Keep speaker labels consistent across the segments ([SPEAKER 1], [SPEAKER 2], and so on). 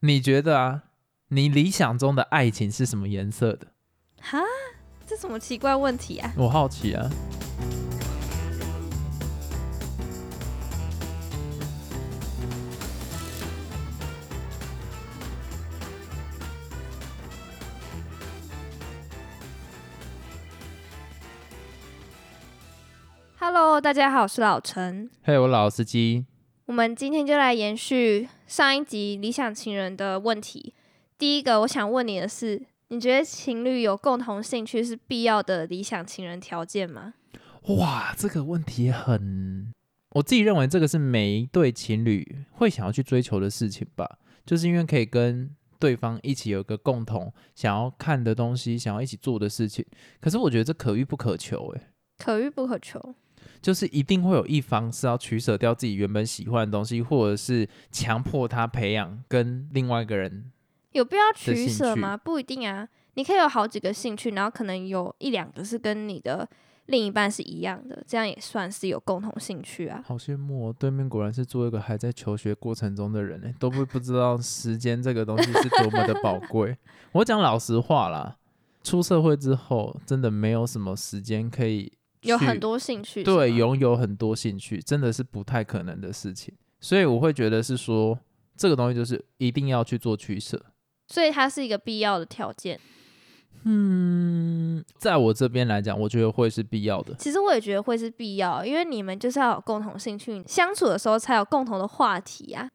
[SPEAKER 1] 你觉得啊，你理想中的爱情是什么颜色的？
[SPEAKER 2] 哈，这什么奇怪问题啊？
[SPEAKER 1] 我好奇啊。
[SPEAKER 2] Hello，大家好，我是老陈。
[SPEAKER 1] 嘿、我老司机，
[SPEAKER 2] 我们今天就来延续上一集理想情人的问题。第一个，我想问你的是，你觉得情侣有共同兴趣是必要的理想情人条件吗？
[SPEAKER 1] 哇，这个问题很，我自己认为这个是每一对情侣会想要去追求的事情吧，就是因为可以跟对方一起有一个共同想要看的东西，想要一起做的事情。可是我觉得这可遇不可求、欸，
[SPEAKER 2] 可遇不可求。
[SPEAKER 1] 就是一定会有一方是要取舍掉自己原本喜欢的东西，或者是强迫他培养跟另外一个人。
[SPEAKER 2] 有必要
[SPEAKER 1] 的
[SPEAKER 2] 取
[SPEAKER 1] 兴
[SPEAKER 2] 舍
[SPEAKER 1] 趣
[SPEAKER 2] 吗？不一定啊，你可以有好几个兴趣，然后可能有一两个是跟你的另一半是一样的，这样也算是有共同兴趣啊。
[SPEAKER 1] 好羡慕哦，对面果然是做一个还在求学过程中的人呢，都不不知道时间这个东西是多么的宝贵。我讲老实话啦，出社会之后真的没有什么时间可以
[SPEAKER 2] 有
[SPEAKER 1] 去
[SPEAKER 2] 很多兴趣，
[SPEAKER 1] 对，拥有很多兴趣，真的是不太可能的事情。所以我会觉得是说，这个东西就是一定要去做取舍。
[SPEAKER 2] 所以它是一个必要的条件。
[SPEAKER 1] 嗯，在我这边来讲，我觉得会是必要的。
[SPEAKER 2] 其实我也觉得会是必要，因为你们就是要有共同兴趣，相处的时候才有共同的话题啊。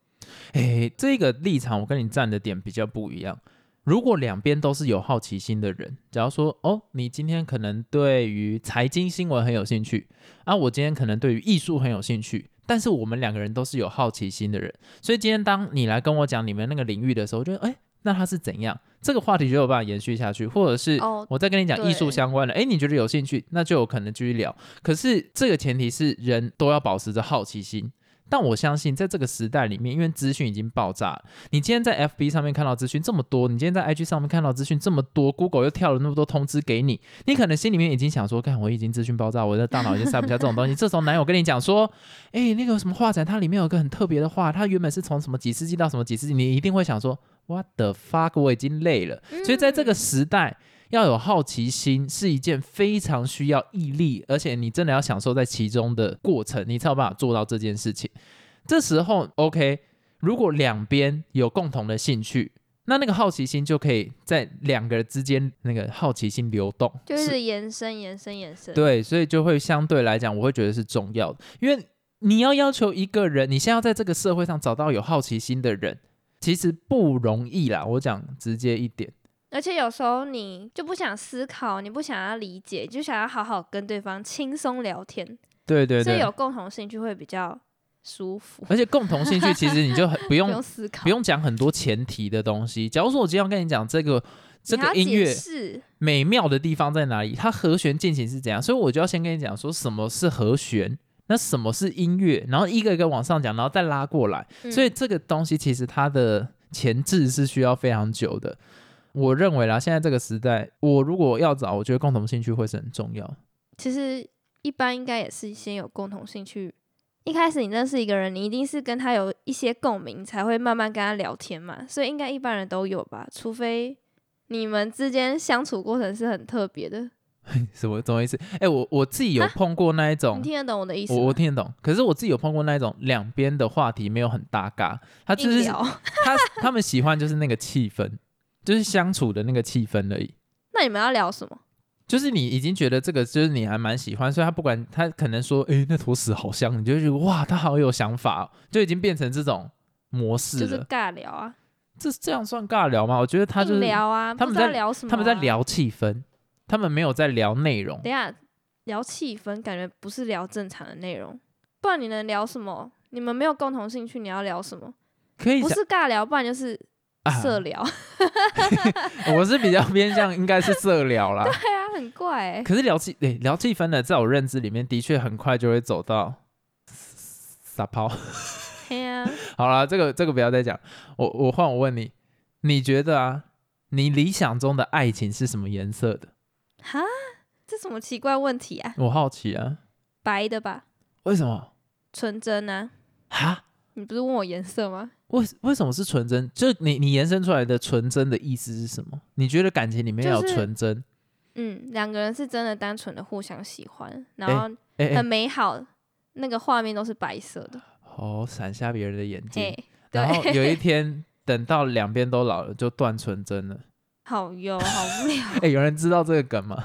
[SPEAKER 1] 诶，这个立场我跟你站的点比较不一样。如果两边都是有好奇心的人，假如说哦，你今天可能对于财经新闻很有兴趣，啊，我今天可能对于艺术很有兴趣，但是我们两个人都是有好奇心的人，所以今天当你来跟我讲你们那个领域的时候，我觉得诶，那它是怎样？这个话题就有办法延续下去，或者是
[SPEAKER 2] 哦，
[SPEAKER 1] 我再跟你讲
[SPEAKER 2] 对
[SPEAKER 1] 艺术相关的，诶，你觉得有兴趣，那就有可能继续聊。可是这个前提是人都要保持着好奇心。但我相信，在这个时代里面，因为资讯已经爆炸了，你今天在 FB 上面看到资讯这么多，你今天在 IG 上面看到资讯这么多，Google 又跳了那么多通知给你，你可能心里面已经想说，看我已经资讯爆炸，我的大脑已经塞不下这种 东西。这时候男友跟你讲说，诶，那个什么画展，它里面有一个很特别的画，它原本是从什么几世纪到什么几世纪，你一定会想说，What the fuck，我已经累了。所以在
[SPEAKER 2] 嗯
[SPEAKER 1] 这个时代，要有好奇心是一件非常需要毅力，而且你真的要享受在其中的过程，你才有办法做到这件事情。这时候，OK，如果两边有共同的兴趣，那那个好奇心就可以在两个之间那个好奇心流动，
[SPEAKER 2] 嗯就是延伸、延伸、延伸。
[SPEAKER 1] 对，所以就会相对来讲，我会觉得是重要的，因为你要要求一个人，你现在要在这个社会上找到有好奇心的人，其实不容易啦。我讲直接一点，
[SPEAKER 2] 而且有时候你就不想思考，你不想要理解，就想要好好跟对方轻松聊天，
[SPEAKER 1] 对对
[SPEAKER 2] 所以
[SPEAKER 1] 对
[SPEAKER 2] 有，共同兴趣会比较舒服，
[SPEAKER 1] 而且共同兴趣其实你就很不
[SPEAKER 2] 不
[SPEAKER 1] 用
[SPEAKER 2] 用思考，
[SPEAKER 1] 不用讲很多前提的东西。假如说我今天要跟你讲这个这
[SPEAKER 2] 你还
[SPEAKER 1] 个
[SPEAKER 2] 要
[SPEAKER 1] 音乐
[SPEAKER 2] 解释
[SPEAKER 1] 美妙的地方在哪里，它和弦进行是怎样，所以我就要先跟你讲说什么是和弦。那什么是音乐？然后一个一个往上讲，然后再拉过来，
[SPEAKER 2] 嗯
[SPEAKER 1] 所以这个东西其实它的前置是需要非常久的。我认为啦，现在这个时代，我如果要找，我觉得共同兴趣会是很重要。
[SPEAKER 2] 其实一般应该也是先有共同兴趣。一开始你认识一个人，你一定是跟他有一些共鸣，才会慢慢跟他聊天嘛。所以应该一般人都有吧，除非你们之间相处过程是很特别的。
[SPEAKER 1] 什么什么意思？哎、我我自己有
[SPEAKER 2] 啊
[SPEAKER 1] 碰过那一种
[SPEAKER 2] 你，听得懂我的意思
[SPEAKER 1] 我
[SPEAKER 2] 吗？
[SPEAKER 1] 我听得懂，可是我自己有碰过那一种两边的话题没有很搭嘎，他就
[SPEAKER 2] 硬
[SPEAKER 1] 是
[SPEAKER 2] 聊
[SPEAKER 1] 他他们喜欢就是那个气氛，就是相处的那个气氛而已。
[SPEAKER 2] 那你们要聊什么？
[SPEAKER 1] 就是你已经觉得这个就是你还蛮喜欢，所以他不管他可能说，诶，那坨屎好香，你就会觉得哇，他好有想法、哦，就已经变成这种模式
[SPEAKER 2] 就
[SPEAKER 1] 了。
[SPEAKER 2] 是尬聊啊，
[SPEAKER 1] 这这样算尬聊吗？我觉得他就
[SPEAKER 2] 硬
[SPEAKER 1] 是
[SPEAKER 2] 聊啊，
[SPEAKER 1] 他们
[SPEAKER 2] 不知道
[SPEAKER 1] 在
[SPEAKER 2] 聊什么、啊
[SPEAKER 1] 他们在。聊气氛，他们没有在聊内容。
[SPEAKER 2] 等一下聊气氛，感觉不是聊正常的内容，不然你能聊什么？你们没有共同兴趣，你要聊什么？
[SPEAKER 1] 可以
[SPEAKER 2] 不
[SPEAKER 1] 讲
[SPEAKER 2] 是尬聊，不然就是
[SPEAKER 1] 啊，
[SPEAKER 2] 社聊。
[SPEAKER 1] 我是比较偏向应该是色聊啦。
[SPEAKER 2] 对啊，很怪、欸。
[SPEAKER 1] 可是聊气诶、聊气氛的，在我认知里面的确很快就会走到撒泡。
[SPEAKER 2] 嘿呀、
[SPEAKER 1] 好啦，这个这个不要再讲。我我换我问你，你觉得啊，你理想中的爱情是什么颜色的？
[SPEAKER 2] 哈，这什么奇怪问题啊？
[SPEAKER 1] 我好奇啊，
[SPEAKER 2] 白的吧，
[SPEAKER 1] 为什么？
[SPEAKER 2] 纯真啊，
[SPEAKER 1] 哈？
[SPEAKER 2] 你不是问我颜色吗？
[SPEAKER 1] 为为什么是纯真？就你你延伸出来的纯真的意思是什么？你觉得感情里面要有
[SPEAKER 2] 就是
[SPEAKER 1] 纯真？
[SPEAKER 2] 嗯，两个人是真的单纯的互相喜欢，
[SPEAKER 1] 哎
[SPEAKER 2] 然后
[SPEAKER 1] 哎、哎
[SPEAKER 2] 很美好，那个画面都是白色的。
[SPEAKER 1] 哦，闪瞎别人的眼睛。
[SPEAKER 2] 嘿，
[SPEAKER 1] 嗯然后有
[SPEAKER 2] 对，
[SPEAKER 1] 一天等到两边都老了，就断纯真了。
[SPEAKER 2] 好油，好无 聊。
[SPEAKER 1] 哎、有人知道这个梗吗？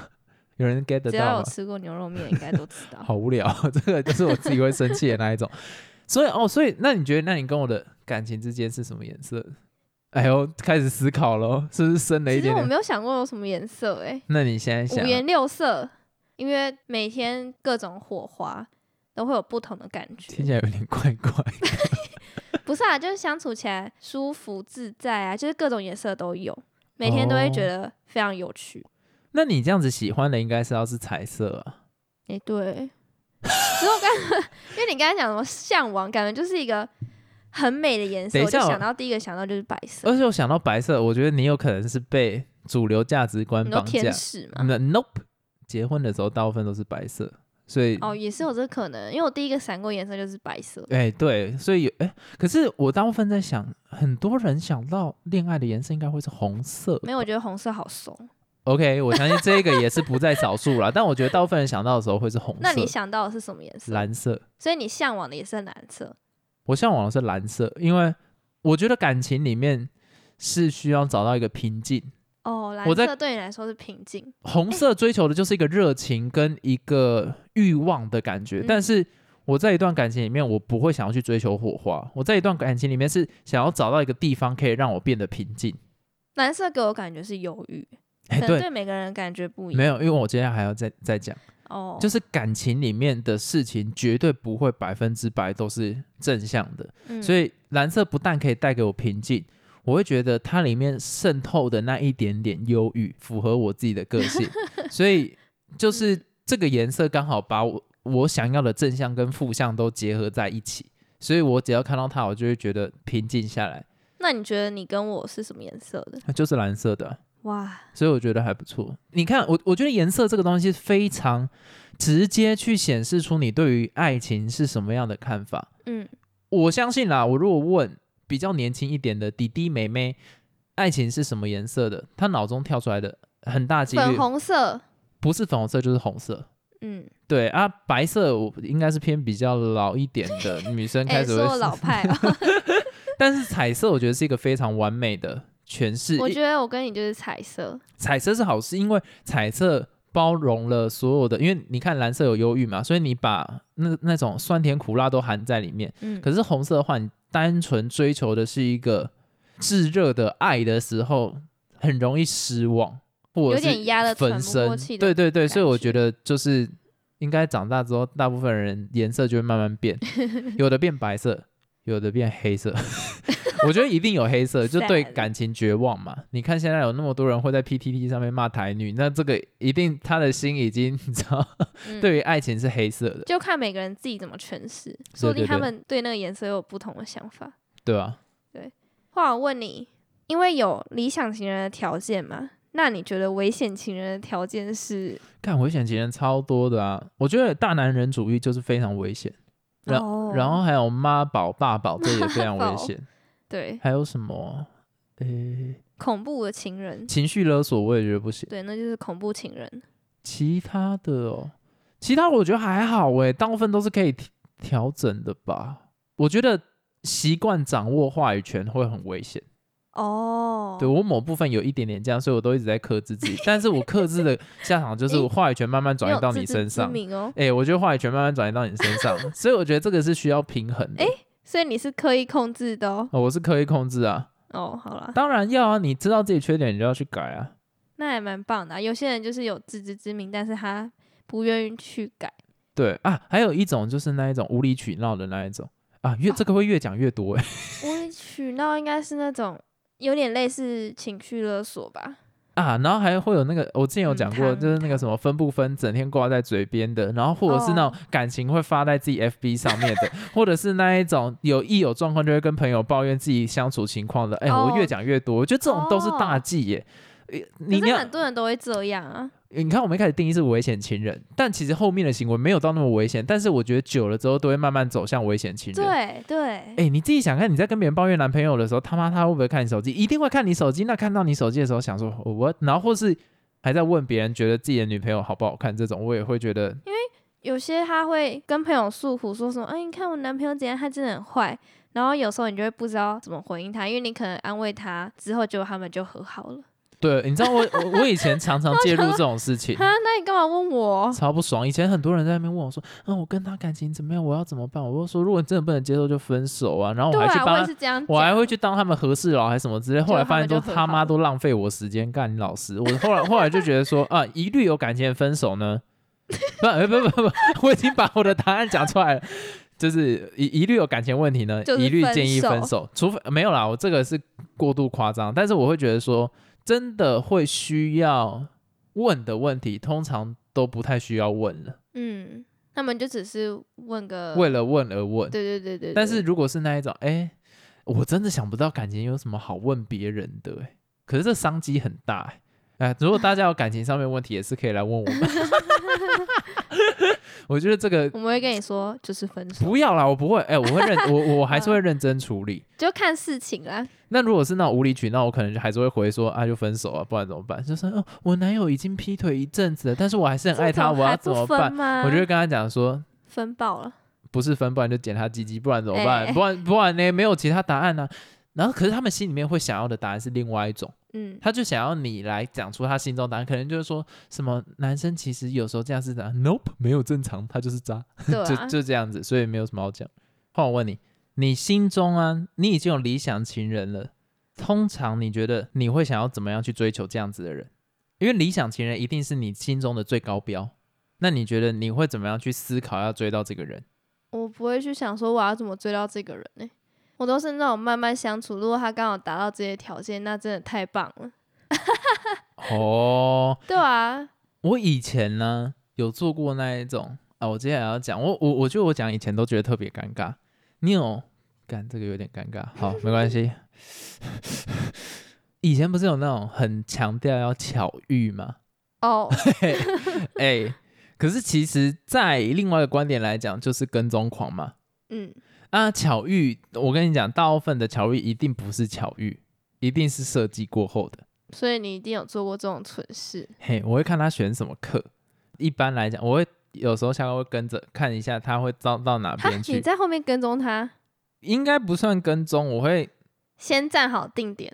[SPEAKER 1] 有人 get 得
[SPEAKER 2] 只要
[SPEAKER 1] 到
[SPEAKER 2] 有
[SPEAKER 1] 吗？
[SPEAKER 2] 吃过牛肉面，应该都知道。
[SPEAKER 1] 好无聊， 这个就是我自己会生气的那一种。所以哦，所以那你觉得，那你跟我的感情之间是什么颜色？哎呦，开始思考喽，是不是深了一
[SPEAKER 2] 其实
[SPEAKER 1] 点
[SPEAKER 2] 我
[SPEAKER 1] 点？
[SPEAKER 2] 没有想过有什么颜色、欸，
[SPEAKER 1] 那你现在想
[SPEAKER 2] 五
[SPEAKER 1] 啊，
[SPEAKER 2] 颜六色，因为每天各种火花都会有不同的感
[SPEAKER 1] 听
[SPEAKER 2] 觉。
[SPEAKER 1] 起来有点怪怪。
[SPEAKER 2] 不是啊，就是相处起来舒服自在啊，就是各种颜色都有，每天都会觉
[SPEAKER 1] 哦
[SPEAKER 2] 得非常有趣。
[SPEAKER 1] 那你这样子喜欢的应该是要是彩色啊，
[SPEAKER 2] 哎、对。 只是我刚，因为你刚才讲什么向往，感觉就是一个很美的颜色，
[SPEAKER 1] 等一
[SPEAKER 2] 我就
[SPEAKER 1] 下哦
[SPEAKER 2] 想到第一个想到就是白色，
[SPEAKER 1] 而且我想到白色，我觉得你有可能是被主流价嗯值观
[SPEAKER 2] 你都
[SPEAKER 1] 绑架
[SPEAKER 2] 天。使啊嘛。
[SPEAKER 1] 那 Nope，结婚的时候大部分都是白色，所以
[SPEAKER 2] 哦，也是有这个可能，因为我第一个闪过颜色就是白色。
[SPEAKER 1] 哎、对，所以有哎、可是我大部分在想，很多人想到恋爱的颜色应该会是红色。
[SPEAKER 2] 没有，我觉得红色好怂。
[SPEAKER 1] OK，我相信这个也是不在少数啦，但我觉得大部分人想到的时候会是红
[SPEAKER 2] 那你
[SPEAKER 1] 色、
[SPEAKER 2] 想到的是什么颜色？
[SPEAKER 1] 蓝色。
[SPEAKER 2] 所以你向往的也是蓝色。
[SPEAKER 1] 我向往的是蓝色，因为我觉得感情里面是需要找到一个平静。
[SPEAKER 2] 哦，蓝
[SPEAKER 1] 我在
[SPEAKER 2] 色对你来说是平静。
[SPEAKER 1] 红色追求的就是一个热情跟一个欲望的感觉，
[SPEAKER 2] 嗯
[SPEAKER 1] 但是我在一段感情里面，我不会想要去追求火花。我在一段感情里面是想要找到一个地方可以让我变得平静。
[SPEAKER 2] 蓝色给我感觉是忧郁，
[SPEAKER 1] 哎，
[SPEAKER 2] 可能
[SPEAKER 1] 对，
[SPEAKER 2] 对每个人感觉不一
[SPEAKER 1] 没
[SPEAKER 2] 样。
[SPEAKER 1] 有，因为我接下来还要再再讲，
[SPEAKER 2] 哦，
[SPEAKER 1] 就是感情里面的事情绝对不会百分之百都是正向的，
[SPEAKER 2] 嗯
[SPEAKER 1] 所以蓝色不但可以带给我平静。我会觉得它里面渗透的那一点点忧郁，符合我自己的个 性，所以就是这个颜色刚好把我我想要的正向跟负向都结合在一起，所以我只要看到它，我就会觉得平静下来，
[SPEAKER 2] 那你觉得你跟我是什么颜色的？
[SPEAKER 1] 就是蓝色的啊、
[SPEAKER 2] 哇，
[SPEAKER 1] 所以我觉得还不错。你看，我我觉得颜色这个东西非常直接去显示出你对于爱情是什么样的看法。
[SPEAKER 2] 嗯，
[SPEAKER 1] 我相信啦，我如果问比较年轻一点的弟弟妹妹，爱情是什么颜色的，他脑中跳出来的很大几
[SPEAKER 2] 粉
[SPEAKER 1] 率
[SPEAKER 2] 红色。
[SPEAKER 1] 不是粉红色就是红色。
[SPEAKER 2] 嗯，
[SPEAKER 1] 对啊，白色我应该是偏比较老一点的女生
[SPEAKER 2] 哎、
[SPEAKER 1] 嗯开始
[SPEAKER 2] 说
[SPEAKER 1] 会，
[SPEAKER 2] 我老派哦、
[SPEAKER 1] 但是彩色我觉得是一个非常完美的诠释。
[SPEAKER 2] 我觉得我跟你就是彩色。
[SPEAKER 1] 彩色是好事，因为彩色包容了所有的，因为你看蓝色有忧郁嘛，所以你把那那种酸甜苦辣都含在里面。
[SPEAKER 2] 嗯，
[SPEAKER 1] 可是红色的话，你单纯追求的是一个炙热的爱的时候，很容易失望，或者
[SPEAKER 2] 有
[SPEAKER 1] 是
[SPEAKER 2] 点压得喘
[SPEAKER 1] 焚
[SPEAKER 2] 不
[SPEAKER 1] 身
[SPEAKER 2] 过气。的
[SPEAKER 1] 对对对，
[SPEAKER 2] 感
[SPEAKER 1] 所以我
[SPEAKER 2] 觉
[SPEAKER 1] 觉得就是应该长大之后，大部分人颜色就会慢慢变， 有的变白色，有的变黑色。 我觉得一定有黑 色，就对
[SPEAKER 2] Sad
[SPEAKER 1] 感情绝望嘛。你看现在有那么多人会在 PTT 上面骂台女，那这个一定他的心已经 你知道，
[SPEAKER 2] 嗯
[SPEAKER 1] 对于爱情是黑色的，
[SPEAKER 2] 就看每个人自己怎么诠释，说不
[SPEAKER 1] 对
[SPEAKER 2] 定
[SPEAKER 1] 对
[SPEAKER 2] 他们对那个颜色有不同的想法。
[SPEAKER 1] 对啊吧、
[SPEAKER 2] 话我问你，因为有理想情人的条件嘛，那你觉得危险情人的条件是？
[SPEAKER 1] 看危险情人超多的啊！我觉得大男人主义就是非常危险，然
[SPEAKER 2] 哦
[SPEAKER 1] 然后还有妈宝、爸宝，这也非 常
[SPEAKER 2] 妈
[SPEAKER 1] 危
[SPEAKER 2] 宝
[SPEAKER 1] 险。
[SPEAKER 2] 对
[SPEAKER 1] 还有什么？诶，
[SPEAKER 2] 恐怖的情人，
[SPEAKER 1] 情绪勒索我也觉得不行。
[SPEAKER 2] 对，那就是恐怖情人。
[SPEAKER 1] 其他的哦，其他我觉得还好诶，大部分都是可以调调整的吧。我觉得习惯掌握话语权会很危险。
[SPEAKER 2] 哦，
[SPEAKER 1] 对我某部分有一点点这样，所以我都一直在克制 自己。但是我克制的下场就是我话语权慢慢转移到你身上
[SPEAKER 2] 有自知之。明哦。
[SPEAKER 1] 哎、我觉得话语权慢慢转移到你身 上，所以我觉得这个是需要平衡的。
[SPEAKER 2] 所以你是刻意控制的哦。
[SPEAKER 1] 哦我是刻意控制啊，
[SPEAKER 2] 哦，好啦，
[SPEAKER 1] 当然要啊，你知道自己缺点，你就要去改啊。
[SPEAKER 2] 那还蛮棒的啊、有些人就是有自知之明，但是他不愿意去改。
[SPEAKER 1] 对啊，还有一种就是那一种无理取闹的那一种啊，越
[SPEAKER 2] 哦
[SPEAKER 1] 这个会越讲越多哎、
[SPEAKER 2] 无理取闹应该是那种有点类似情绪勒索吧？
[SPEAKER 1] 啊，然后还会有那个我之前有
[SPEAKER 2] 嗯
[SPEAKER 1] 讲过，
[SPEAKER 2] 糖
[SPEAKER 1] 就是那个什么分不分，整天挂在嘴边的，然后或者是
[SPEAKER 2] 哦
[SPEAKER 1] 那种感情会发在自己 FB 上面的，或者是那一种有一有状况就会跟朋友抱怨自己相处情况的，哎、
[SPEAKER 2] 哦
[SPEAKER 1] 我越讲越多，我觉得这种都是大
[SPEAKER 2] 哦
[SPEAKER 1] 忌耶、呃
[SPEAKER 2] 可
[SPEAKER 1] 你你
[SPEAKER 2] 是
[SPEAKER 1] 要
[SPEAKER 2] 很多人都会这样啊。
[SPEAKER 1] 你看我们一开始定义是危险情人，但其实后面的行为没有到那么危险，但是我觉得久了之后都会慢慢走向危险情人。
[SPEAKER 2] 对对，
[SPEAKER 1] 哎、你自己想看，你在跟别人抱怨男朋友的时候，他妈他会不会看你手机？一定会看你手机。那看到你手机的时候，想说我、我，然后或是还在问别人觉得自己的女朋友好不好看，这种我也会觉得
[SPEAKER 2] 有些他会跟朋友诉苦，说什么，哎，你看我男朋友怎样，他真的很坏。然后有时候你就会不知道怎么回应他，因为你可能安慰他之后，结果他们就和好了。
[SPEAKER 1] 对。你知道我我我以前常常介入这种事 情，
[SPEAKER 2] 哈，那你干嘛问我？
[SPEAKER 1] 超不爽。以前很多人在那边问我说，嗯，我跟他感情怎么样？我要怎么办？我就说，如果你真的不能接受，就分手啊。然后我
[SPEAKER 2] 对
[SPEAKER 1] 还去
[SPEAKER 2] 啊，
[SPEAKER 1] 帮
[SPEAKER 2] 我也
[SPEAKER 1] 他
[SPEAKER 2] 是这 样讲。
[SPEAKER 1] 我还会去当他们和事佬还是什么之类，后来发现都
[SPEAKER 2] 就他们就和
[SPEAKER 1] 他
[SPEAKER 2] 好
[SPEAKER 1] 妈
[SPEAKER 2] 了
[SPEAKER 1] 都浪费我时间干你老师，我后来后来就觉得说啊，一律有感情的分手呢，不呃不不不，我已经把我的答案讲出来了，就是一一律有感情问题呢，
[SPEAKER 2] 就是
[SPEAKER 1] 一律建议
[SPEAKER 2] 分手
[SPEAKER 1] 分手，除非没有啦，我这个是过度夸张，但是我会觉得说，真的会需要问的问题，通常都不太需要问了，
[SPEAKER 2] 嗯，他们就只是问个，
[SPEAKER 1] 为了问而问，
[SPEAKER 2] 对对对对。
[SPEAKER 1] 但是
[SPEAKER 2] 对
[SPEAKER 1] 如果是那一种，哎、我真的想不到感情有什么好问别人的、哎，可是这商机很大、哎哎、如果大家有感情上面问题，也是可以来问我们。 我觉得这个
[SPEAKER 2] 我们会跟你说就是分手，
[SPEAKER 1] 不要啦，我不会，哎、我会认，我我还是会
[SPEAKER 2] 嗯
[SPEAKER 1] 认真处理。
[SPEAKER 2] 就看事情啦。
[SPEAKER 1] 那如果是那种无理取闹，我可能就还是会回说啊，就分手啊，不然怎么办？就是哦，我男友已经劈腿一阵子了，但是我还是很爱他，
[SPEAKER 2] 这种
[SPEAKER 1] 我要
[SPEAKER 2] 还
[SPEAKER 1] 怎
[SPEAKER 2] 不
[SPEAKER 1] 么
[SPEAKER 2] 分
[SPEAKER 1] 办？
[SPEAKER 2] 吗
[SPEAKER 1] 我就会跟他讲说，
[SPEAKER 2] 分爆了，
[SPEAKER 1] 不是分，不然就捡他鸡鸡，不然怎么办？
[SPEAKER 2] 哎
[SPEAKER 1] 不然不然呢？没有其他答案呢、啊然后，可是他们心里面会想要的答案是另外一种，
[SPEAKER 2] 嗯，
[SPEAKER 1] 他就想要你来讲出他心中答案，可能就是说什么男生其实有时候这样是的，nope，没有正常，他就是渣，
[SPEAKER 2] 对
[SPEAKER 1] 就
[SPEAKER 2] 啊，
[SPEAKER 1] 就这样子，所以没有什么好讲。换我问你，你心中啊，你已经有理想情人了，通常你觉得你会想要怎么样去追求这样子的人？因为理想情人一定是你心中的最高标，那你觉得你会怎么样去思考要追到这个人？
[SPEAKER 2] 我不会去想说我要怎么追到这个人呢、我都是那种慢慢相处，如果他刚好达到这些条件，那真的太棒了。
[SPEAKER 1] 哦，
[SPEAKER 2] 对啊，
[SPEAKER 1] 我以前呢有做过那一种啊，我接下来要讲，我我我觉得我讲以前都觉得特别尴尬。你有干这个有点尴尬，好，没关系。 以前不是有那种很强调要巧遇吗？
[SPEAKER 2] 哦，
[SPEAKER 1] 哎、可是其实，在另外一个观点来讲，就是跟踪狂嘛。
[SPEAKER 2] 嗯，
[SPEAKER 1] 啊，巧遇，我跟你讲，大部分的巧遇一定不是巧遇，一定是设计过后的。
[SPEAKER 2] 所以你一定有做过这种蠢事，
[SPEAKER 1] 嘿，我会看他选什么课。一般来讲，我会有时候下课会跟着看一下他会到到哪
[SPEAKER 2] 哈
[SPEAKER 1] 边，
[SPEAKER 2] 你
[SPEAKER 1] 去，
[SPEAKER 2] 在后面跟踪他，
[SPEAKER 1] 应该不算跟踪，我会
[SPEAKER 2] 先站好定点，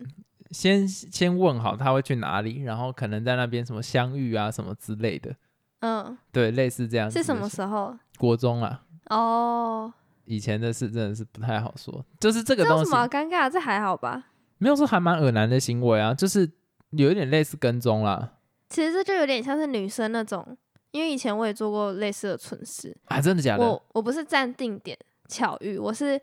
[SPEAKER 1] 先先问好他会去哪里，然后可能在那边什么相遇啊什么之类的，
[SPEAKER 2] 嗯，
[SPEAKER 1] 对，类似这样子
[SPEAKER 2] 是
[SPEAKER 1] 啊的
[SPEAKER 2] 什么
[SPEAKER 1] 事？
[SPEAKER 2] 时候？
[SPEAKER 1] 国中啊，
[SPEAKER 2] 哦，
[SPEAKER 1] 以前的事真的是不太好说，就是这个
[SPEAKER 2] 这有
[SPEAKER 1] 东
[SPEAKER 2] 什
[SPEAKER 1] 西
[SPEAKER 2] 么好啊尴尬的？这还好吧？
[SPEAKER 1] 没有说还蛮恶男的行为啊，就是有一点类似跟踪啦。
[SPEAKER 2] 其实这就有点像是女生那种，因为以前我也做过类似的蠢事。
[SPEAKER 1] 啊，真的假的？
[SPEAKER 2] 我我不是站定点巧遇，我是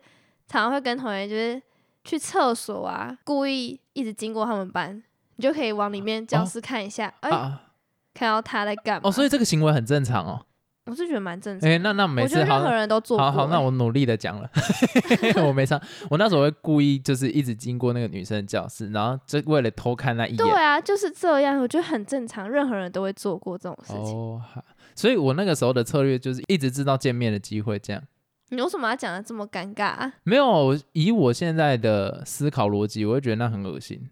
[SPEAKER 2] 常常会跟同学就是去厕所啊，故意一直经过他们班，你就可以往里面教室看一下，哎、
[SPEAKER 1] 哦啊，
[SPEAKER 2] 看到他在干嘛。
[SPEAKER 1] 哦，所以这个行为很正常哦。
[SPEAKER 2] 我是觉得蛮正常。
[SPEAKER 1] 哎、那那没
[SPEAKER 2] 我觉
[SPEAKER 1] 事，
[SPEAKER 2] 得
[SPEAKER 1] 好
[SPEAKER 2] 任，何人都做过、
[SPEAKER 1] 好好，那
[SPEAKER 2] 哎
[SPEAKER 1] 我努力的讲了， 我没唱。我那时候会故意就是一直经过那个女生的教室，然后就为了偷看那一眼。
[SPEAKER 2] 对啊，就是这样，我觉得很正常，任何人都会做过这种事情。
[SPEAKER 1] 哦，好所以我那个时候的策略就是一直制造见面的机会，这样。
[SPEAKER 2] 你为什么要讲的这么尴尬、啊？
[SPEAKER 1] 没有，我以我现在的思考逻辑，我会觉得那很恶心。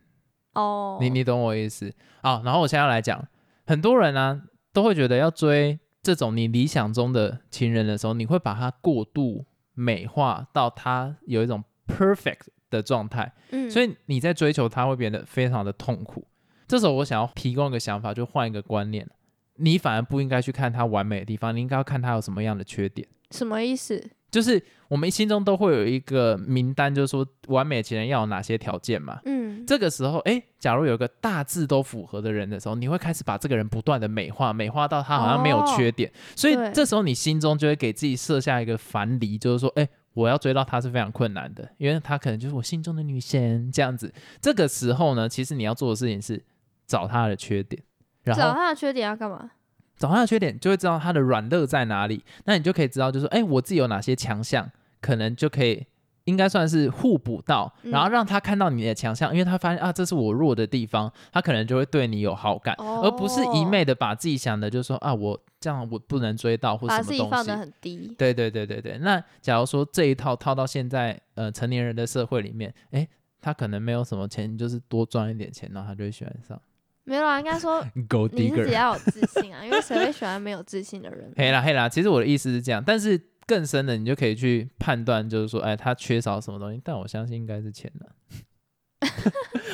[SPEAKER 2] 哦，
[SPEAKER 1] 你你懂我意思啊？然后我现在来讲，很多人呢、都会觉得要追这种你理想中的情人的时候，你会把它过度美化到他有一种 perfect 的状态。
[SPEAKER 2] 嗯，
[SPEAKER 1] 所
[SPEAKER 2] 以
[SPEAKER 1] 以你在追求他会变得非常的痛苦。这时候我想要提供一个想法，就换一个观念，你反而不应该去看他完美的地方，你应该要看他有什么样的缺点。
[SPEAKER 2] 什么意思？
[SPEAKER 1] 就是我们心中都会有一个名单，就是说完美情人要有哪些条件嘛。
[SPEAKER 2] 嗯，
[SPEAKER 1] 这个时候，诶，假如有一个大致都符合的人的时候，你会开始把这个人不断的美化，美化到他好像没有缺点，所以
[SPEAKER 2] 哦对
[SPEAKER 1] 这时候你心中就会给自己设下一个樊篱，就是说，诶，我要追到她是非常困难的，因为她可能就是我心中的女神这样子。这个时候呢，其实你要做的事情是找她的缺点，然
[SPEAKER 2] 找
[SPEAKER 1] 后
[SPEAKER 2] 他的缺点要干嘛？
[SPEAKER 1] 找她的缺点，就会知道她的软肋在哪里，那你就可以知道，就是说，诶，我自己有哪些强项，可能就可以应该算是互补到，
[SPEAKER 2] 嗯
[SPEAKER 1] 然后让他看到你的强项，因为他发现啊，这是我弱的地方，他可能就会对你有好感，
[SPEAKER 2] 哦
[SPEAKER 1] 而不是一昧的把自己想的就说啊，我这样我不能追到或什
[SPEAKER 2] 把
[SPEAKER 1] 么
[SPEAKER 2] 自己放
[SPEAKER 1] 东西
[SPEAKER 2] 得。很低，
[SPEAKER 1] 对对对对对。那假如说这一套套到现在呃成年人的社会里面，哎，他可能没有什么钱，就是多赚一点钱，然后他就会喜欢上
[SPEAKER 2] 没有啊，应该 说
[SPEAKER 1] Go
[SPEAKER 2] 你自己
[SPEAKER 1] Digger。
[SPEAKER 2] 要有自信啊，因为谁会喜欢没有自信的人？
[SPEAKER 1] 嘿啦嘿啦，其实我的意思是这样，但是更深的你就可以去判断，就是说，哎，他缺少什么东西？但我相信应该是钱的。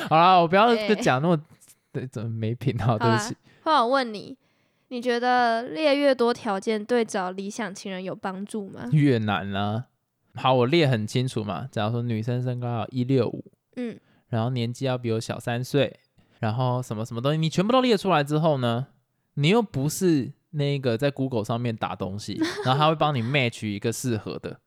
[SPEAKER 1] 好啦，我不要
[SPEAKER 2] 对
[SPEAKER 1] 讲那么对，怎么没品 好，对
[SPEAKER 2] 好啊
[SPEAKER 1] 不
[SPEAKER 2] 啦
[SPEAKER 1] 起。
[SPEAKER 2] 后来我问你，你觉得列越多条件对找理想情人有帮助吗？
[SPEAKER 1] 越南啦、好，我列很清楚嘛。假如说女生身高要一六五，
[SPEAKER 2] 嗯，
[SPEAKER 1] 然后年纪要比我小三岁，然后什么什么东西，你全部都列出来之后呢，你又不是那个在 Google 上面打东西，然后他会帮你 match 一个适合的，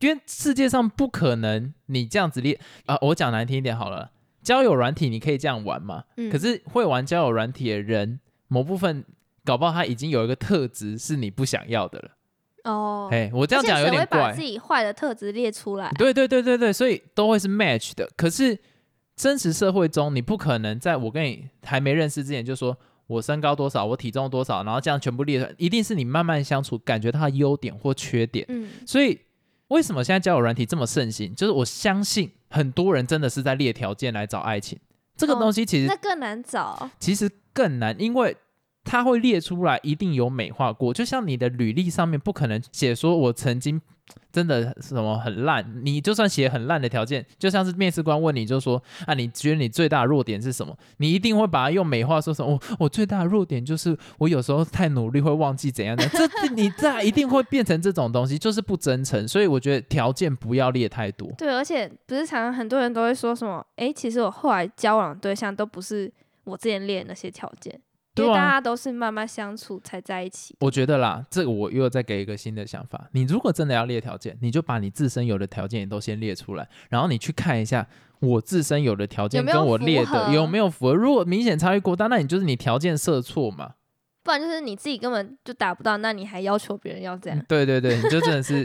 [SPEAKER 1] 因为世界上不可能你这样子列啊、我讲难听一点好了，交友软体你可以这样玩嘛，
[SPEAKER 2] 嗯
[SPEAKER 1] 可是会玩交友软体的人，某部分搞不好他已经有一个特质是你不想要的了。
[SPEAKER 2] 哦，
[SPEAKER 1] 哎、我这
[SPEAKER 2] 而
[SPEAKER 1] 样
[SPEAKER 2] 且
[SPEAKER 1] 讲有
[SPEAKER 2] 谁
[SPEAKER 1] 点
[SPEAKER 2] 会把
[SPEAKER 1] 怪
[SPEAKER 2] 自。己坏的特质列出来啊？
[SPEAKER 1] 对对对对对，所以都会是 match 的。可是真实社会中，你不可能在我跟你还没认识之前就说我身高多少，我体重多少，然后这样全部列出来，一定是你慢慢相处，感觉他的优点或缺点。
[SPEAKER 2] 嗯，
[SPEAKER 1] 所以为什么现在交友软体这么盛行？就是我相信很多人真的是在列条件来找爱情，这个
[SPEAKER 2] 哦
[SPEAKER 1] 东西其实、
[SPEAKER 2] 那更难 找。
[SPEAKER 1] 其实更难，因为。他会列出来，一定有美化过。就像你的履历上面，不可能写说我曾经真的什么很烂。你就算写很烂的条件，就像是面试官问你，就说啊，你觉得你最大的弱点是什么？你一定会把它用美化说 什么？我、我最大的弱点就是我有时候太努力会忘记怎样的。这 这你这样一定会变成这种东西，就是不真诚。所以我觉得条件不要列太多。
[SPEAKER 2] 对，而且不是常常很多人都会说什么？哎，其实我后来交往的对象都不是我之前列的那些条件，因
[SPEAKER 1] 对
[SPEAKER 2] 为
[SPEAKER 1] 啊
[SPEAKER 2] 大家都是慢慢相处才在一起。
[SPEAKER 1] 我觉得啦，这个我又再给一个新的想法。你如果真的要列条件，你就把你自身有的条件也都先列出来，然后你去看一下我自身有的条件
[SPEAKER 2] 有没有
[SPEAKER 1] 跟我列
[SPEAKER 2] 符合
[SPEAKER 1] 的有没有符合。如果明显差异过大，那你就是你条件设错嘛。
[SPEAKER 2] 不然就是你自己根本就达不到，那你还要求别人要这样？
[SPEAKER 1] 对对对，你就真的是，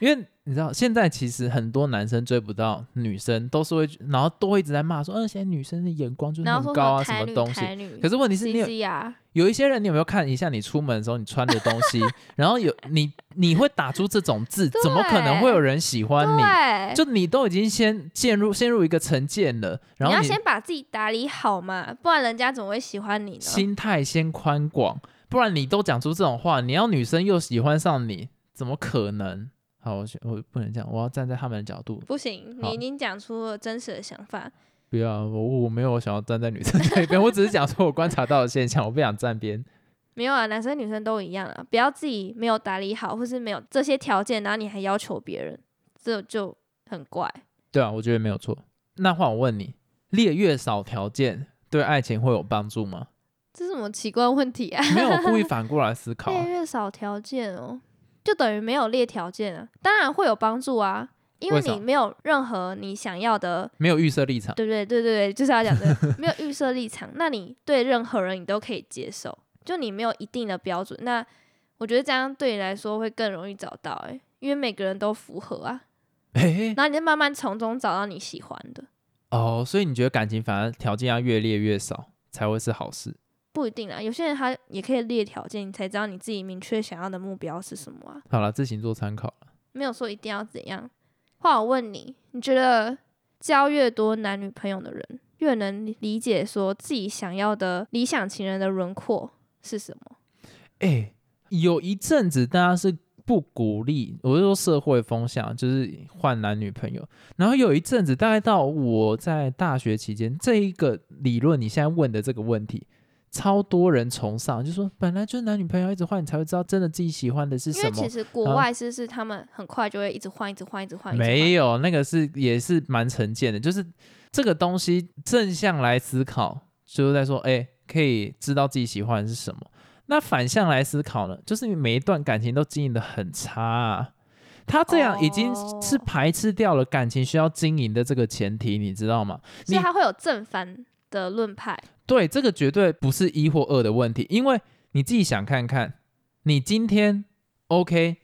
[SPEAKER 1] 因为你知道现在其实很多男生追不到女生，都是会，然后都会一直在骂说，嗯、现在女生的眼光就是
[SPEAKER 2] 然后
[SPEAKER 1] 很
[SPEAKER 2] 说
[SPEAKER 1] 高啊，
[SPEAKER 2] 什
[SPEAKER 1] 什么
[SPEAKER 2] 么台女
[SPEAKER 1] 东西。
[SPEAKER 2] 台女，
[SPEAKER 1] 可是问题是你有
[SPEAKER 2] C C 啊，
[SPEAKER 1] 有一些人，你有没有看一下你出门的时候你穿的东 西？然后有你你会打出这种字，
[SPEAKER 2] 对
[SPEAKER 1] 怎么可能会有人喜欢你？
[SPEAKER 2] 对，
[SPEAKER 1] 就你都已经先陷入陷入一个成见了，然
[SPEAKER 2] 你
[SPEAKER 1] 后
[SPEAKER 2] 要
[SPEAKER 1] 你
[SPEAKER 2] 先把自己打理好嘛，不然人家怎么会喜欢你呢？
[SPEAKER 1] 心态先宽广，不然你都讲出这种话，你要女生又喜欢上你，怎么可能？好，我我不能这样，我要站在他们的角度，
[SPEAKER 2] 不行，
[SPEAKER 1] 好
[SPEAKER 2] 你已经讲出了真实的想法。
[SPEAKER 1] 不要我我没有想要站在女生这一边，我只是讲说我观察到的现象，我不想站边。
[SPEAKER 2] 没有啊，男生女生都一样啊，不要自己没有打理好，或是没有这些条件，然后你还要求别人，这就很怪。
[SPEAKER 1] 对啊，我觉得没有错。那换我问你，列越少条件对爱情会有帮助吗？
[SPEAKER 2] 这是什么奇怪的问题啊？
[SPEAKER 1] 没有，我故意反过来思考 啊。
[SPEAKER 2] 列越少条件哦，就等于没有列条件啊，当然会有帮助啊，因为
[SPEAKER 1] 为啥
[SPEAKER 2] 你没有任何你想要的，
[SPEAKER 1] 没有预设立场，
[SPEAKER 2] 对不对？对对对，就是要讲的， 没有预设立场，那你对任何人你都可以接受，就你没有一定的标准，那我觉得这样对你来说会更容易找到、欸，因为每个人都符合啊，
[SPEAKER 1] 哎、
[SPEAKER 2] 然后你就慢慢从中找到你喜欢的，
[SPEAKER 1] 哦，所以你觉得感情反而条件要越列越少才会是好事？
[SPEAKER 2] 不一定啊，有些人他也可以列条件，你才知道你自己明确想要的目标是什么啊，
[SPEAKER 1] 好了，自行做参考。
[SPEAKER 2] 没有说一定要怎样。话我问你，你觉得交越多男女朋友的人，越能理解说自己想要的理想情人的轮廓是什么？
[SPEAKER 1] 哎、有一阵子大家是不鼓励，我是说社会风向，就是换男女朋友。然后有一阵子，大概到我在大学期间，这一个理论你现在问的这个问题。超多人崇尚，就说本来就是男女朋友一直换，你才会知道真的自己喜欢的是
[SPEAKER 2] 因
[SPEAKER 1] 什
[SPEAKER 2] 为
[SPEAKER 1] 么。
[SPEAKER 2] 其实国
[SPEAKER 1] 啊
[SPEAKER 2] 外是不是他们很快就会一直换，一直换，一直换，一直换
[SPEAKER 1] 没有，那个是也是蛮成见的，就是这个东西正向来思考，就是在说，哎、可以知道自己喜欢的是什么。那反向来思考呢，就是你每一段感情都经营的很差、啊，他这样已经
[SPEAKER 2] 哦
[SPEAKER 1] 是排斥掉了感情需要经营的这个前提，你知道吗？
[SPEAKER 2] 所以
[SPEAKER 1] 你
[SPEAKER 2] 他会有正反的论派。
[SPEAKER 1] 对，这个绝对不是一或二的问题，因为你自己想看看，你今天 OK，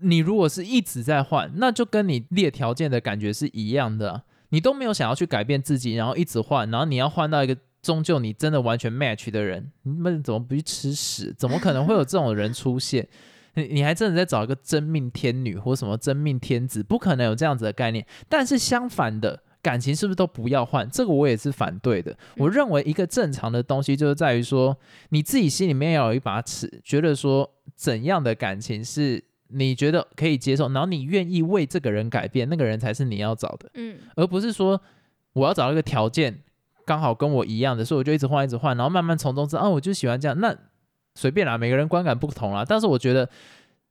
[SPEAKER 1] 你如果是一直在换，那就跟你列条件的感觉是一样的啊，你都没有想要去改变自己，然后一直换，然后你要换到一个终究你真的完全 match 的人，你们怎么不去吃屎？怎么可能会有这种人出现？你你还真的在找一个真命天女或什么真命天子，不可能有这样子的概念。但是相反的，感情是不是都不要换？这个我也是反对的。我认为一个正常的东西就是在于说，你自己心里面要有一把尺，觉得说怎样的感情是你觉得可以接受，然后你愿意为这个人改变，那个人才是你要找的，
[SPEAKER 2] 嗯，
[SPEAKER 1] 而不是说我要找到一个条件刚好跟我一样的，所以我就一直换，一直换，然后慢慢从中知道，啊，我就喜欢这样。那随便啦，每个人观感不同啦，但是我觉得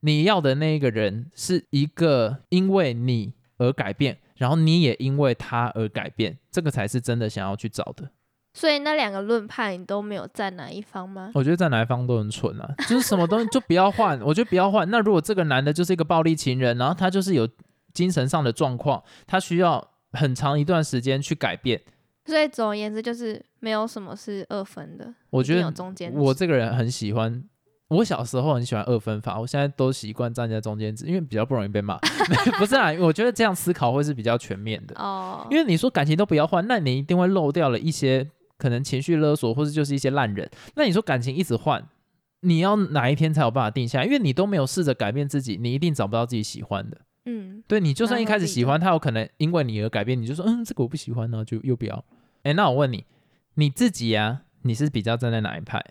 [SPEAKER 1] 你要的那一个人是一个因为你而改变，然后你也因为他而改变，这个才是真的想要去找的。
[SPEAKER 2] 所以那两个论派你都没有站哪一方吗？
[SPEAKER 1] 我觉得在哪一方都很蠢啊，就是什么东西就不要换，我觉得不要换。那如果这个男的就是一个暴力情人，然后他就是有精神上的状况，他需要很长一段时间去改变。
[SPEAKER 2] 所以总而言之，就是没有什么是二分的，
[SPEAKER 1] 我
[SPEAKER 2] 一定
[SPEAKER 1] 觉
[SPEAKER 2] 有
[SPEAKER 1] 得
[SPEAKER 2] 中间值。
[SPEAKER 1] 我这个人很喜欢，我小时候很喜欢二分法，我现在都习惯站在中间值，因为比较不容易被骂。 不是啊，我觉得这样思考会是比较全面的。
[SPEAKER 2] 哦，
[SPEAKER 1] 因为你说感情都不要换，那你一定会漏掉了一些可能情绪勒索，或者就是一些烂人。那你说感情一直换，你要哪一天才有办法定下来？因为你都没有试着改变自己，你一定找不到自己喜欢的。
[SPEAKER 2] 嗯，
[SPEAKER 1] 对你就
[SPEAKER 2] 蛮
[SPEAKER 1] 算一
[SPEAKER 2] 合
[SPEAKER 1] 开始
[SPEAKER 2] 嗯理
[SPEAKER 1] 喜
[SPEAKER 2] 的
[SPEAKER 1] 欢他，有可能因为你而改变，你就说嗯，这个我不喜欢呢、就又不要。哎，那我问你，你自己呀、你是比较站在哪一派？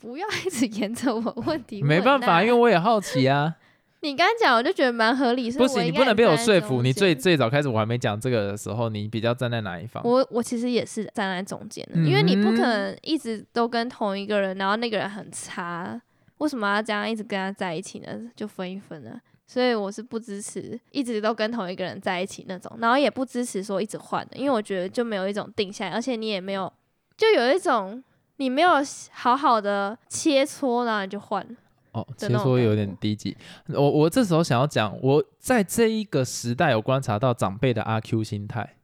[SPEAKER 2] 不要一直 沿着我问题问啊、
[SPEAKER 1] 没办法，因为我也好奇啊。
[SPEAKER 2] 你刚刚讲， 我就觉得蛮合理。所以
[SPEAKER 1] 不
[SPEAKER 2] 我
[SPEAKER 1] 行，你
[SPEAKER 2] 应该
[SPEAKER 1] 不能被我
[SPEAKER 2] 也站在
[SPEAKER 1] 说服。
[SPEAKER 2] 中
[SPEAKER 1] 你最
[SPEAKER 2] 间
[SPEAKER 1] 最早开始，我还没讲这个的时候，你比较站在哪一方？
[SPEAKER 2] 我我其实也是站在中间的，因为你不可
[SPEAKER 1] 嗯
[SPEAKER 2] 能一直都跟同一个人，然后那个人很差，为什么要这样一直跟他在一起呢？就分一分啊。所以我是不支持一直都跟同一个人在一起那种，然后也不支持说一直换的，因为我觉得就没有一种定下来，而且你也没有，就有一种你没有好好的切磋，然后你就换了。
[SPEAKER 1] 哦，其
[SPEAKER 2] 的
[SPEAKER 1] 实
[SPEAKER 2] 那种
[SPEAKER 1] 说
[SPEAKER 2] 感
[SPEAKER 1] 有点
[SPEAKER 2] 悟
[SPEAKER 1] 低级。我我这时候想要讲，我在这一个时代有观察到长辈的阿 Q 心态，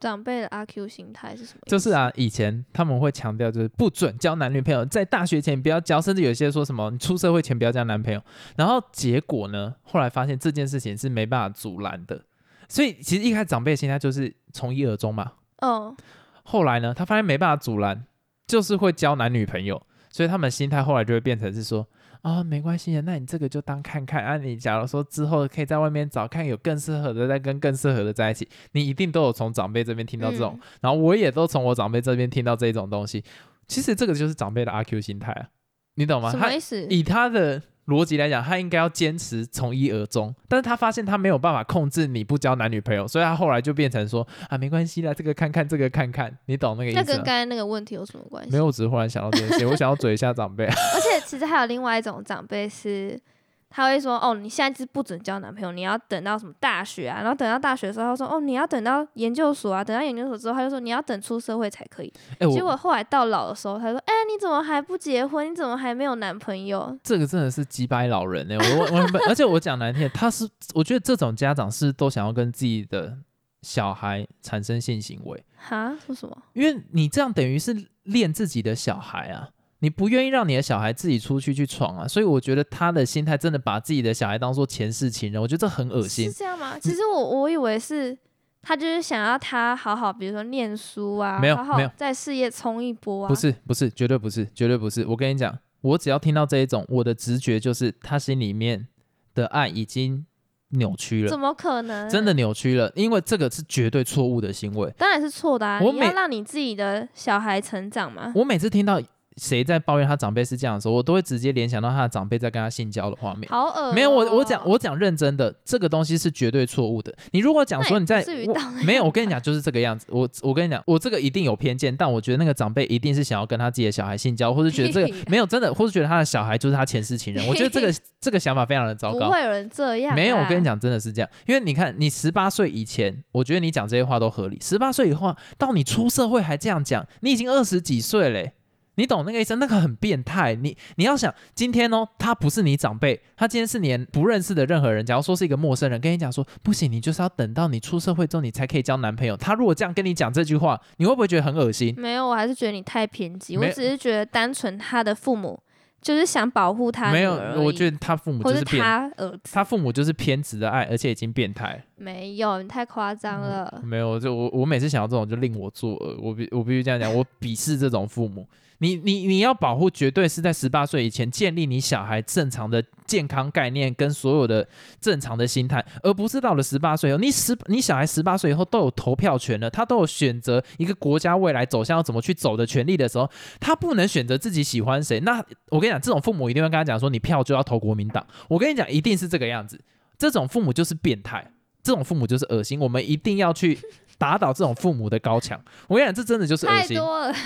[SPEAKER 2] 长辈的阿 Q 心态是什么？
[SPEAKER 1] 就是，啊，以前他们会强调就是不准交男女朋友，在大学前不要交，甚至有些说什么你出社会前不要交男朋友。然后结果呢，后来发现这件事情是没办法阻拦的，所以其实一开始长辈的心态就是从一而终嘛，
[SPEAKER 2] 嗯，
[SPEAKER 1] 后来呢，他发现没办法阻拦，就是会交男女朋友，所以他们心态后来就会变成是说啊，没关系的，那你这个就当看看啊。你假如说之后可以在外面找看有更适合的，再跟更适合的在一起，你一定都有从长辈这边听到这种，
[SPEAKER 2] 嗯
[SPEAKER 1] 然后我也都从我长辈这边听到这种东西。其实这个就是长辈的阿 Q 心态啊，你懂吗？
[SPEAKER 2] 什
[SPEAKER 1] 他
[SPEAKER 2] 么意思？
[SPEAKER 1] 以他的逻辑来讲，他应该要坚持从一而终，但是他发现他没有办法控制你不交男女朋友，所以他后来就变成说啊，没关系啦，这个看看，这个看看，你懂那个意
[SPEAKER 2] 那
[SPEAKER 1] 思
[SPEAKER 2] 跟
[SPEAKER 1] 吗
[SPEAKER 2] 刚？才那个问题有什么关系？
[SPEAKER 1] 没有，我只是忽然想到这件事，我想要嘴一下长辈。
[SPEAKER 2] 而且其实还有另外一种长辈是，他会说哦，你现在是不准交男朋友，你要等到什么大学啊？然后等到大学的时候，他说哦，你要等到研究所啊，等到研究所之后，他就说你要等出社会才可以。
[SPEAKER 1] 哎、
[SPEAKER 2] 结
[SPEAKER 1] 我
[SPEAKER 2] 果后来到老的时候，他说哎、你怎么还不结婚？你怎么还没有男朋友？
[SPEAKER 1] 这个真的是击败老人呢、我我我，而且我讲难听点，他是我觉得这种家长是都想要跟自己的小孩产生性行为。
[SPEAKER 2] 哈，说什么？
[SPEAKER 1] 因为你这样等于是练自己的小孩啊，你不愿意让你的小孩自己出去去闯啊，所以我觉得他的心态真的把自己的小孩当做前世情人，我觉得这很恶
[SPEAKER 2] 是
[SPEAKER 1] 心。嗯
[SPEAKER 2] 这样吗？其实我我以为是。他就是想要他好好，比如说念书啊，
[SPEAKER 1] 没有
[SPEAKER 2] 好
[SPEAKER 1] 没
[SPEAKER 2] 好
[SPEAKER 1] 有
[SPEAKER 2] 在事业冲一波啊。
[SPEAKER 1] 不，是不是，绝对不是，绝对不是。我跟你讲，我只要听到这一种，我的直觉就是他心里面的爱已经扭曲了
[SPEAKER 2] 怎，么可能？
[SPEAKER 1] 真的扭曲了，因为这个是绝对错误的行为。
[SPEAKER 2] 当然是错的啊！
[SPEAKER 1] 我
[SPEAKER 2] 你要
[SPEAKER 1] 每
[SPEAKER 2] 让你自己的小孩成长嘛。
[SPEAKER 1] 我每次听到谁在抱怨他长辈是这样的时候，我都会直接联想到他的长辈在跟他性交的画面。
[SPEAKER 2] 好恶、哦
[SPEAKER 1] 没有，我我讲我讲认真的，这个东西是绝对错误的。你如果讲说你在
[SPEAKER 2] 那也不至于
[SPEAKER 1] 我
[SPEAKER 2] 到那样
[SPEAKER 1] 没有，我跟你讲就是这个样子。我我跟你讲，我这个一定有偏见，但我觉得那个长辈一定是想要跟他自己的小孩性交，或是觉得这个
[SPEAKER 2] 屁啦
[SPEAKER 1] 没有真的，或是觉得他的小孩就是他前世情人。我觉得 这个这个想法非常的糟
[SPEAKER 2] 不
[SPEAKER 1] 糕。
[SPEAKER 2] 会有人这样、啊
[SPEAKER 1] 没有，我跟你，讲，真的是这样，因为你看，你十八岁以前，我觉得你讲这些话都合理；十八岁以后，啊到你出社会还这样讲，你已经二十几岁嘞、你懂那个意思？那个很变态。你你要想，今天哦，他不是你长辈，他今天是你不认识的任何人。假如说是一个陌生人，跟你讲说不行，你就是要等到你出社会之后，你才可以交男朋友。他如果这样跟你讲这句话，
[SPEAKER 2] 嗯
[SPEAKER 1] 你会不会觉得很恶心？
[SPEAKER 2] 没有，我还是觉得你太偏激。我
[SPEAKER 1] 没
[SPEAKER 2] 只是觉得单纯他的父母就是想保护他
[SPEAKER 1] 没
[SPEAKER 2] 女
[SPEAKER 1] 有
[SPEAKER 2] 儿而，已，
[SPEAKER 1] 我觉得他父母
[SPEAKER 2] 或
[SPEAKER 1] 就是变，
[SPEAKER 2] 他儿子
[SPEAKER 1] 他父母就是偏执的爱，而且已经变态。
[SPEAKER 2] 没有，你太夸张了。
[SPEAKER 1] 没有，就我我每次想到这种就令我作恶，我必我必须这样讲，我鄙视这种父母。你你你要保护，绝对是在十八岁以前建立你小孩正常的健康概念跟所有的正常的心态，而不是到了十八岁后，你十你小孩十八岁以后都有投票权了，他都有选择一个国家未来走向要怎么去走的权利的时候，他不能选择自己喜欢谁。那我跟你讲，这种父母一定会跟他讲说，你票就要投国民党。我跟你讲，一定是这个样子。这种父母就是变态，这种父母就是恶心。我们一定要去打倒这种父母的高墙。我跟你讲，这真的就是恶
[SPEAKER 2] 太
[SPEAKER 1] 心。
[SPEAKER 2] 多了，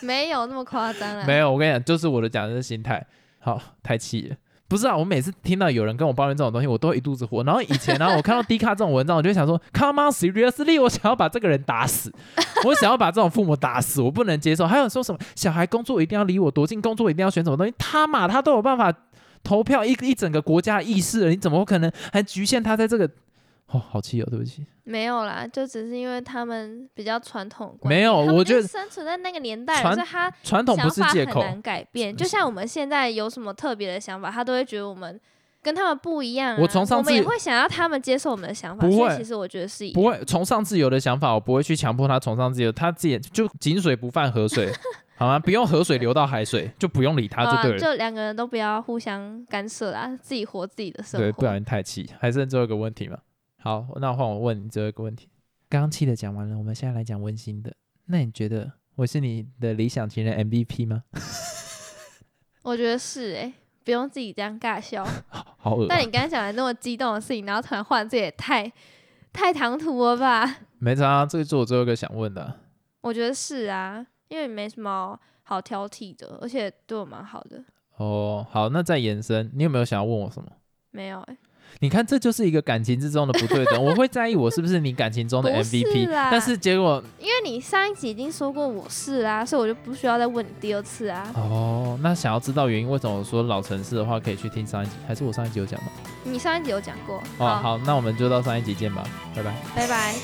[SPEAKER 2] 没有那么夸张啊啦。
[SPEAKER 1] 没有，我跟你讲，就是我的讲的是心态。好，太气了。不是啊，我每次听到有人跟我抱怨这种东西，我都会一肚子火。然后以前啊呢、我看到 D 卡这种文章，我就会想说，Come on seriously，我想要把这个人打死，我想要把这种父母打死，我不能接受。还有说什么小孩工作一定要离我多近，工作一定要选什么东西，他嘛他都有办法投票一一整个国家的意识了，你怎么可能还局限他在这个？哦，好气哦，对不起。
[SPEAKER 2] 没有啦，就只是因为他们比较传统的观念，
[SPEAKER 1] 没有
[SPEAKER 2] 他们
[SPEAKER 1] 我
[SPEAKER 2] 就
[SPEAKER 1] 觉得
[SPEAKER 2] 生存在那个年代了，
[SPEAKER 1] 传
[SPEAKER 2] 所以他
[SPEAKER 1] 传统不
[SPEAKER 2] 想
[SPEAKER 1] 是
[SPEAKER 2] 法
[SPEAKER 1] 借
[SPEAKER 2] 很
[SPEAKER 1] 口，
[SPEAKER 2] 难改变。就像我们现在有什么特别的想法，他都会觉得我们跟他们不一样、啊。
[SPEAKER 1] 我从上
[SPEAKER 2] 我们也
[SPEAKER 1] 次
[SPEAKER 2] 会想要他们接受我们的想法，
[SPEAKER 1] 不
[SPEAKER 2] 所
[SPEAKER 1] 会
[SPEAKER 2] 以其实我觉得是一
[SPEAKER 1] 不会崇尚自由的想法，我不会去强迫他崇尚自由，他自己就井水不犯河 水，好吗？不用河水流到海水，就不用理他就
[SPEAKER 2] 好
[SPEAKER 1] 对
[SPEAKER 2] 啊
[SPEAKER 1] 了。
[SPEAKER 2] 就两个人都不要互相干涉啦，自己活自己的生活。
[SPEAKER 1] 对，不然太气。还剩最后一个问题嘛？好，那换我问你最后一个问题。刚刚气的讲完了，我们现在来讲温馨的。那你觉得我是你的理想情人 MVP 吗？
[SPEAKER 2] 我觉得是哎、不用自己这样 尬笑。
[SPEAKER 1] 好恶、啊
[SPEAKER 2] 但，你刚才讲的那么激动的事情，然后突然换，这也太太唐突了吧？
[SPEAKER 1] 没啥、啊，这个是我最后一个想问的啊。
[SPEAKER 2] 我觉得是啊，因为没什么好挑剔的，而且对我蛮好的。
[SPEAKER 1] 哦，好，那再延伸，你有没有想要问我什么？
[SPEAKER 2] 没有哎、
[SPEAKER 1] 你看，这就是一个感情之中的不对等。我会在意我是不是你感情中的
[SPEAKER 2] 不是
[SPEAKER 1] MVP，
[SPEAKER 2] 啦
[SPEAKER 1] 但是结果
[SPEAKER 2] 因为你上一集已经说过我是啊，所以我就不需要再问你第二次啊。
[SPEAKER 1] 哦，那想要知道原因，为什么我说老城市的话，可以去听上一集，还是我上一集有讲吗？
[SPEAKER 2] 你上一集有讲过。
[SPEAKER 1] 哦，好，那我们就到上一集见吧，拜拜。
[SPEAKER 2] 拜拜。